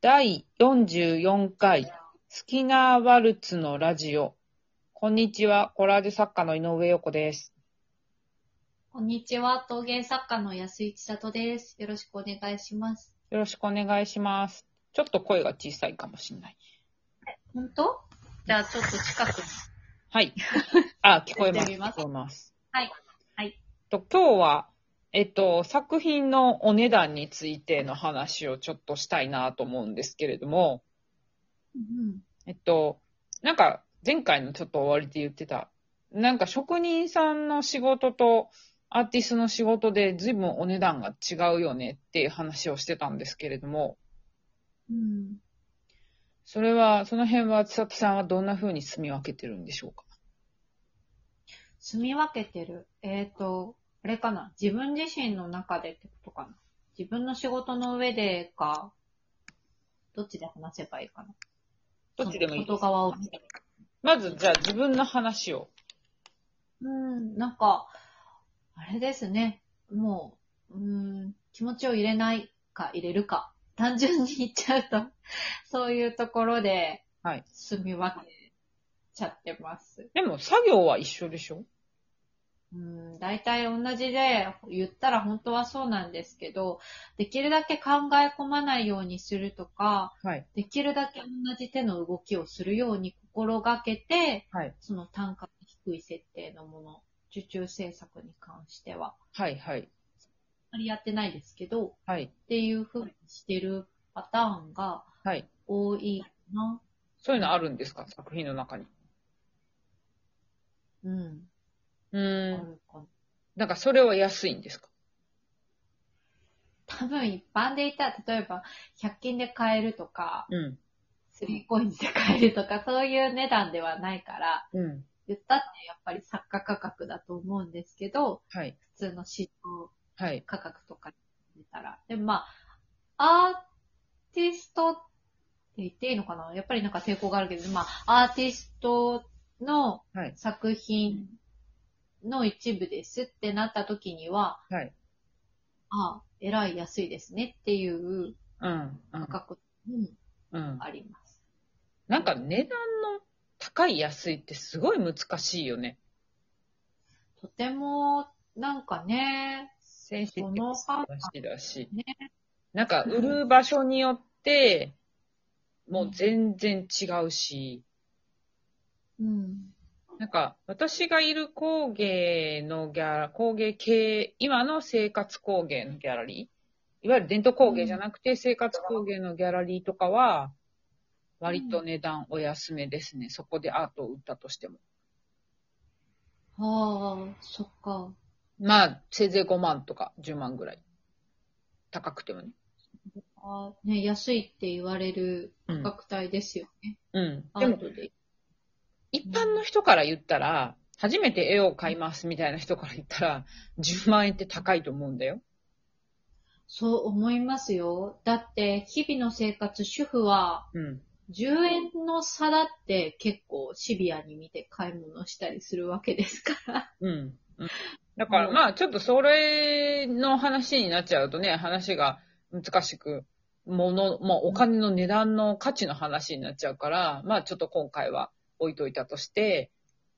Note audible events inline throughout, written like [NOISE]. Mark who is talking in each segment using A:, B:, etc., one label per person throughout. A: 第四十四回スキナーワルツのラジオ。こんにちは、コラージュ作家の井上陽子です。
B: こんにちは、陶芸作家の安井千里です。よろしくお願いします。
A: よろしくお願いします。ちょっと声が小さいかもしれない。
B: 本当じゃあちょっと近くに。 [LAUGHS]
A: はい。あ、聞こえま
B: やっ
A: す。
B: てみます
A: 聞こえます。
B: はい。はい。
A: と、今日は、えっと、作品のお値段についての話をちょっとしたいなと思うんですけれども、
B: うん
A: えっと、なんか、前回のちょっと終わりで言ってた、なんか職人さんの仕事とアーティストの仕事で随分お値段が違うよねっていう話をしてたんですけれども、
B: うん。うん。
A: それは、その辺は千里さんはどんな風に住み分けてるんでしょうか
B: 住み分けてる。えっ、と、あれかな。自分自身の中でってことかな。自分の仕事の上でか、どっちで話せばいいかな。
A: どっちでもいい
B: 外側を見て。
A: まず、じゃあ自分の話を。
B: うん、なんか、あれですね。もう、うん、気持ちを入れないか入れるか。単純に言っちゃうと、 [LAUGHS] そういうところで、
A: はい。
B: 住み分けちゃってます。
A: でも、作業は一緒でしょ
B: うん、大体同じで、言ったら本当はそうなんですけど、できるだけ考え込まないようにするとか、
A: はい。
B: できるだけ同じ手の動きをするように心がけて、
A: はい。
B: その単価が低い設定のもの、受注制作に関しては、
A: はい、はい。
B: あまりやってないですけど、っ
A: はい。
B: ていう風にしてるパターンが
A: はい。
B: 多いかな。
A: そういうのあるんですか作品の中に。
B: うん。
A: う
B: あ
A: ーん。
B: るかな。
A: なんか、それは安いんですか
B: 多分一般で言ったら、例えば100均で買えるとか、
A: うん。
B: スリーコインズで買えるとか、そういう値段ではないから、
A: うん。
B: 言ったってやっぱり作家価格だと思うんですけど、
A: はい。
B: 普通の市場
A: はい。
B: 価格とかに出たら。で、まあ、アーティストって言っていいのかなやっぱりなんか抵抗があるけど、まあ、アーティストの
A: はい。
B: 作品の一部ですってなった時には、
A: はい。
B: ああ、えらい安いですねっていう
A: うん。うん
B: 価格も
A: うん。
B: あります。
A: なんか値段の高い安いってすごい難しいよね。
B: とても、なんかね、
A: センシティブな話だし。
B: ね
A: なんか売る場所によって、もう全然違うし、
B: うん。
A: なんか私がいる工芸のギャラ、工芸系、今の生活工芸のギャラリー、いわゆる伝統工芸じゃなくて生活工芸のギャラリーとかは、割と値段お安めですね。そこでアートを売ったとしても。
B: ああ、そっか。
A: まあ、せいぜい5万とか10万ぐらい。高くてもね。
B: ああね、安いって言われる
A: う
B: 価
A: ん。
B: 格帯ですよね。
A: うん、
B: ア
A: で
B: ー
A: も、
B: トで。
A: 一般の人から言ったら、初めて絵を買いますみたいな人から言ったら、10万円って高いと思うんだよ。
B: そう思いますよ。だって、日々の生活、主婦は、
A: うん。
B: 10円の差だって結構シビアに見て買い物したりするわけですから。
A: うん。うん、だから、
B: うん
A: まあ、ちょっとそれの話になっちゃうとね、話が難しく、もの、まあ、お金の値段の価値の話になっちゃうから、まあ、ちょっと今回は置いといたとして、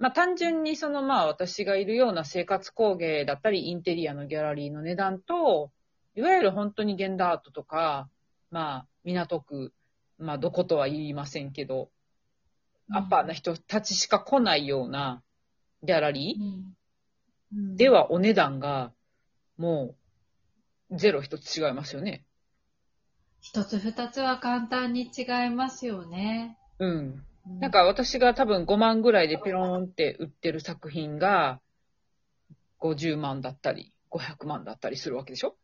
A: まあ、単純にその、まあ、私がいるような生活工芸だったり、インテリアのギャラリーの値段と、いわゆる本当に現代アートとか、まあ、港区、まあ、どことは言いませんけど、 [LAUGHS] アッパーな人たちしか来ないようなギャラリー、
B: うん
A: で、はお値段が、もう、ゼロ一つ違いますよね。
B: 一つ二つは簡単に違いますよね。
A: うん。
B: うん
A: なん、か私が多分5万ぐらいでペローンって売ってる作品が、50万だったり、500万だったりするわけでしょ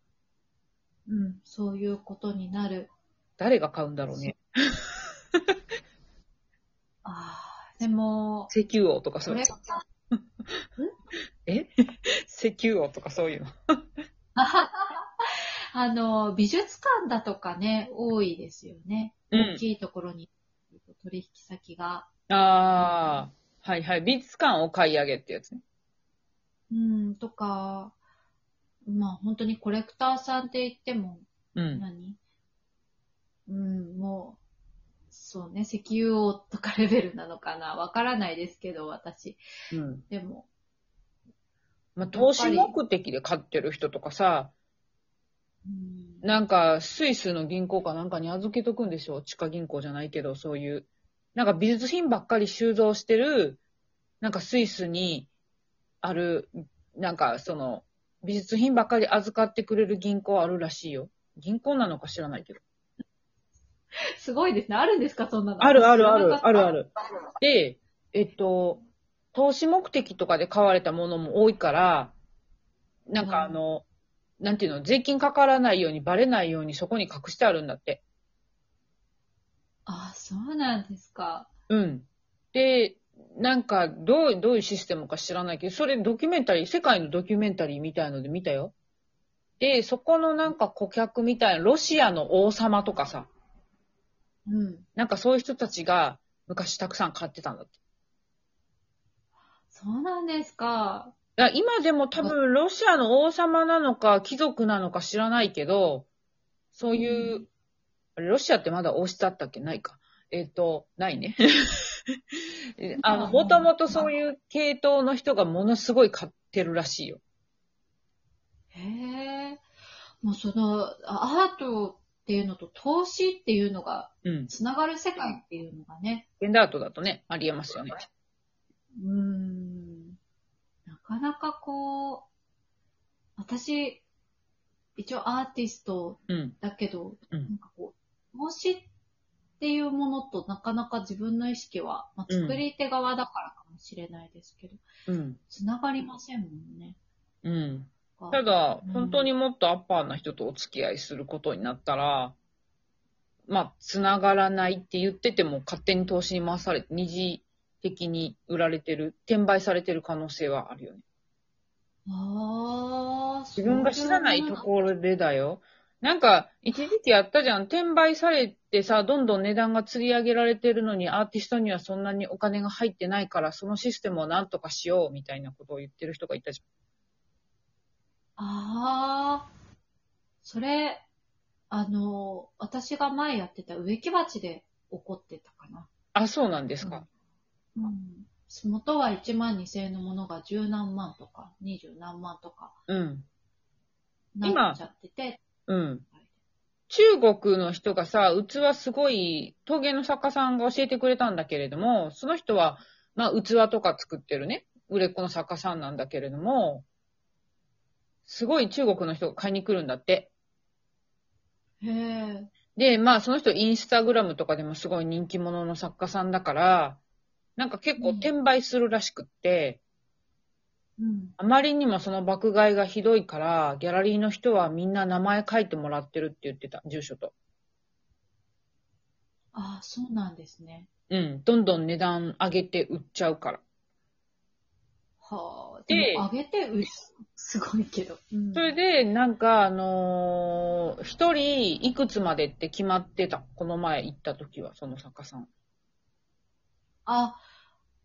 B: うん、そういうことになる。
A: 誰が買うんだろうね。
B: ああ、でも、
A: 石油王とかそ
B: そう
A: いう
B: れ
A: の
B: が。、
A: 石油王とかそういうの。
B: あの、美術館だとかね、多いですよね。
A: うん
B: 大きいところに取引先が。
A: ああ、はいはい。美術館を買い上げってやつね。
B: うん、とか、まあ本当にコレクターさんって言っても、
A: うん。
B: 何うん、もそうね、石油王とかレベルなのかなわからないですけど、私。
A: うん。
B: でも、
A: まあ、投資目的で買ってる人とかさ、
B: うん
A: なんか、スイスの銀行かなんかに預けとくんでしょ地下銀行じゃないけど、そういう。なんか美術品ばっかり収蔵してる、なんかスイスにある、なんかその、美術品ばっかり預かってくれる銀行あるらしいよ。銀行なのか知らないけど。
B: すごいですね。あるんですか、そんなの。
A: あるあるある、あるあ
B: る。
A: る。で、えっと、投資目的とかで買われたものも多いから、なんかあの、なんていうの、税金かからないようにバレないようにそこに隠してあるんだって。
B: あ、そうなんですか。
A: うん。で、なんか、どう、どういうシステムか知らないけど、それドキュメンタリー、世界のドキュメンタリーみたいので見たよ。で、そこのなんか顧客みたいな、ロシアの王様とかさ、
B: うん。
A: なんかそういう人たちが昔たくさん買ってたんだって。
B: そうなんですか。
A: だから今でも多分ロシアの王様なのか貴族なのか知らないけど、そういう、あれロシアってまだ王室だったっけないか。えっ、と、ない [LAUGHS] ね。えあの、もともとそういう系統の人がものすごい買ってるらしいよ。
B: へえ。もうその、あアートっていうのと投資っていうのが、
A: うん。
B: つながる世界っていうのがね。
A: ゲンダートだとね、ありえますよね。
B: うーん。なかなかこう、私、一応アーティスト
A: うん。
B: だけど、
A: うん
B: なんかこう、投資っていうものとなかなか自分の意識は、まあ、
A: うん
B: 作り手側だからかもしれないですけど、
A: うん。
B: つながりませんもんね。
A: うん。
B: あ
A: ただ
B: うん、
A: 本当にもっとアッパーな人とお付き合いすることになったら、まあ、つながらないって言ってても勝手に投資に回されて、二次的に売られてる、転売されてる可能性はあるよね。
B: あー
A: 自分が知らないところでだよ。なんか、一時期やったじゃん。転売されてさ、どんどん値段が釣り上げられてるのに、アーティストにはそんなにお金が入ってないから、そのシステムをなんとかしよう、みたいなことを言ってる人がいたじゃん。
B: ああ、それ、あの、私が前やってた植木鉢で起こってたかな。
A: あ、そうなんですか。
B: うん。元は1万2000円のものが十何万とか、二十何万とか
A: うん。
B: なっちゃってて、
A: うん。中国の人がさ、器すごい、陶芸の作家さんが教えてくれたんだけれども、その人は、まあ、器とか作ってるね、売れっ子の作家さんなんだけれども、すごい中国の人が買いに来るんだって。
B: へえ、
A: で、まあ、その人インスタグラムとかでもすごい人気者の作家さんだから、なんか結構転売するらしくって、
B: うん。
A: あまりにもその爆買いがひどいから、ギャラリーの人はみんな名前書いてもらってるって言ってた、住所と。
B: ああ、そうなんですね。
A: うん、どんどん値段上げて売っちゃうから。
B: はあ、
A: で
B: でも上げて売る、すごいけど。うん
A: それ、で、なんか、あのー一人いくつまでって決まってた。この前行った時は、その作家さん。
B: あ、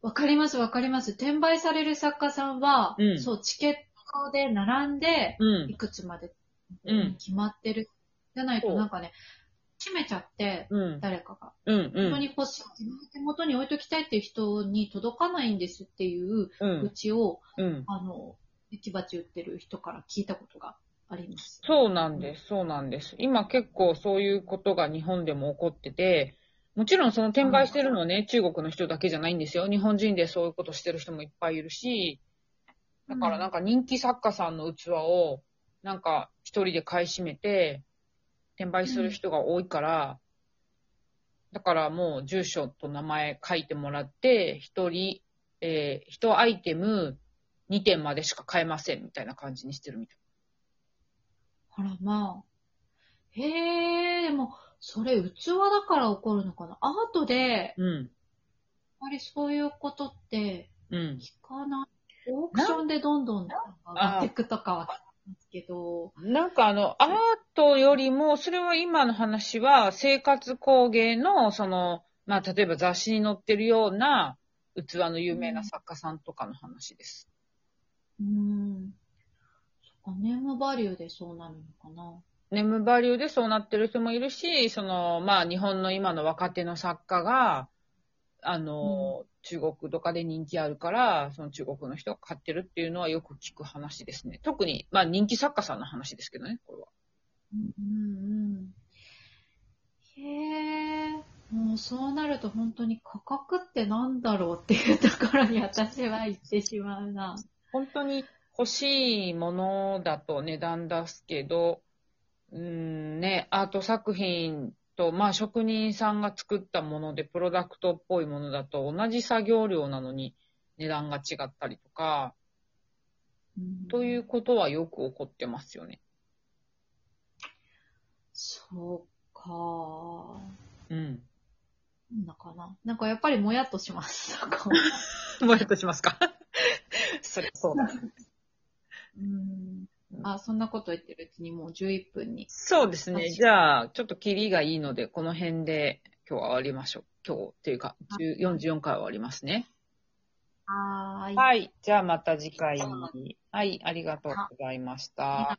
B: わかりますわかります。転売される作家さんは、
A: うん
B: そう、チケットで並んで、
A: うん
B: い。くつまで
A: うん
B: 決まってる。じゃない
A: そ
B: と
A: う
B: なんかね、閉めちゃって、
A: うん。
B: 誰かが。
A: うん。う
B: 本当
A: ん。
B: に欲しい。自分の手元に置いときたいっていう人に届かないんですっていう
A: う。
B: うんちを、
A: うん。
B: あの、雪鉢売ってる人から聞いたことがあります。
A: そうなんです。そうなんです。今結構そういうことが日本でも起こってて、もちろんその転売してるのはね、中国の人だけじゃないんですよ。日本人でそういうことしてる人もいっぱいいるし、だからなんか人気作家さんの器を、なんか一人で買い占めて、転売する人が多いから、だからもう住所と名前書いてもらって、一人、えー、一アイテム2点までしか買えませんみたいな感じにしてるみたい。
B: ほら、まあ。へえ、でも、それ器だから起こるのかな。アートで、
A: うん。
B: あまりそういうことって
A: うん。
B: 聞かない。オークションでどんどん上がっていくとかは聞きますけど、
A: なんかあの、アートよりも、それは今の話は、生活工芸の、その、まあ、例えば雑誌に載ってるような、器の有名な作家さんとかの話です。
B: うーん。そっか、ネームバリューでそうなるのかな。
A: ネームバリューでそうなってる人もいるし、その、まあ、日本の今の若手の作家が、あの、中国とかで人気あるから、その中国の人が買ってるっていうのはよく聞く話ですね。特に、まあ、人気作家さんの話ですけどね、これは。
B: うんうん。へえ。もうそうなると本当に価格ってなんだろうっていうところに私は行ってしまうな。
A: 本当に欲しいものだと値段出すけど、うんね、アート作品と、まあ職人さんが作ったもので、プロダクトっぽいものだと同じ作業量なのに値段が違ったりとか、ということはよく起こってますよね。
B: そうか。
A: うん。
B: なんだかな。なんかやっぱりもやっとします。
A: [LAUGHS]
B: そこ
A: もやっとしますか [LAUGHS] それ、そうだ。
B: うん。あ、そんなこと言ってるうちにもう11分に。
A: そうですね。じゃあ、ちょっとキリがいいので、この辺で今日は終わりましょう。今日っていうか、10 44回は終わりますね。
B: はーい。
A: はい。じゃあまた次回
B: そうなん
A: に。はい。ありがとうございました。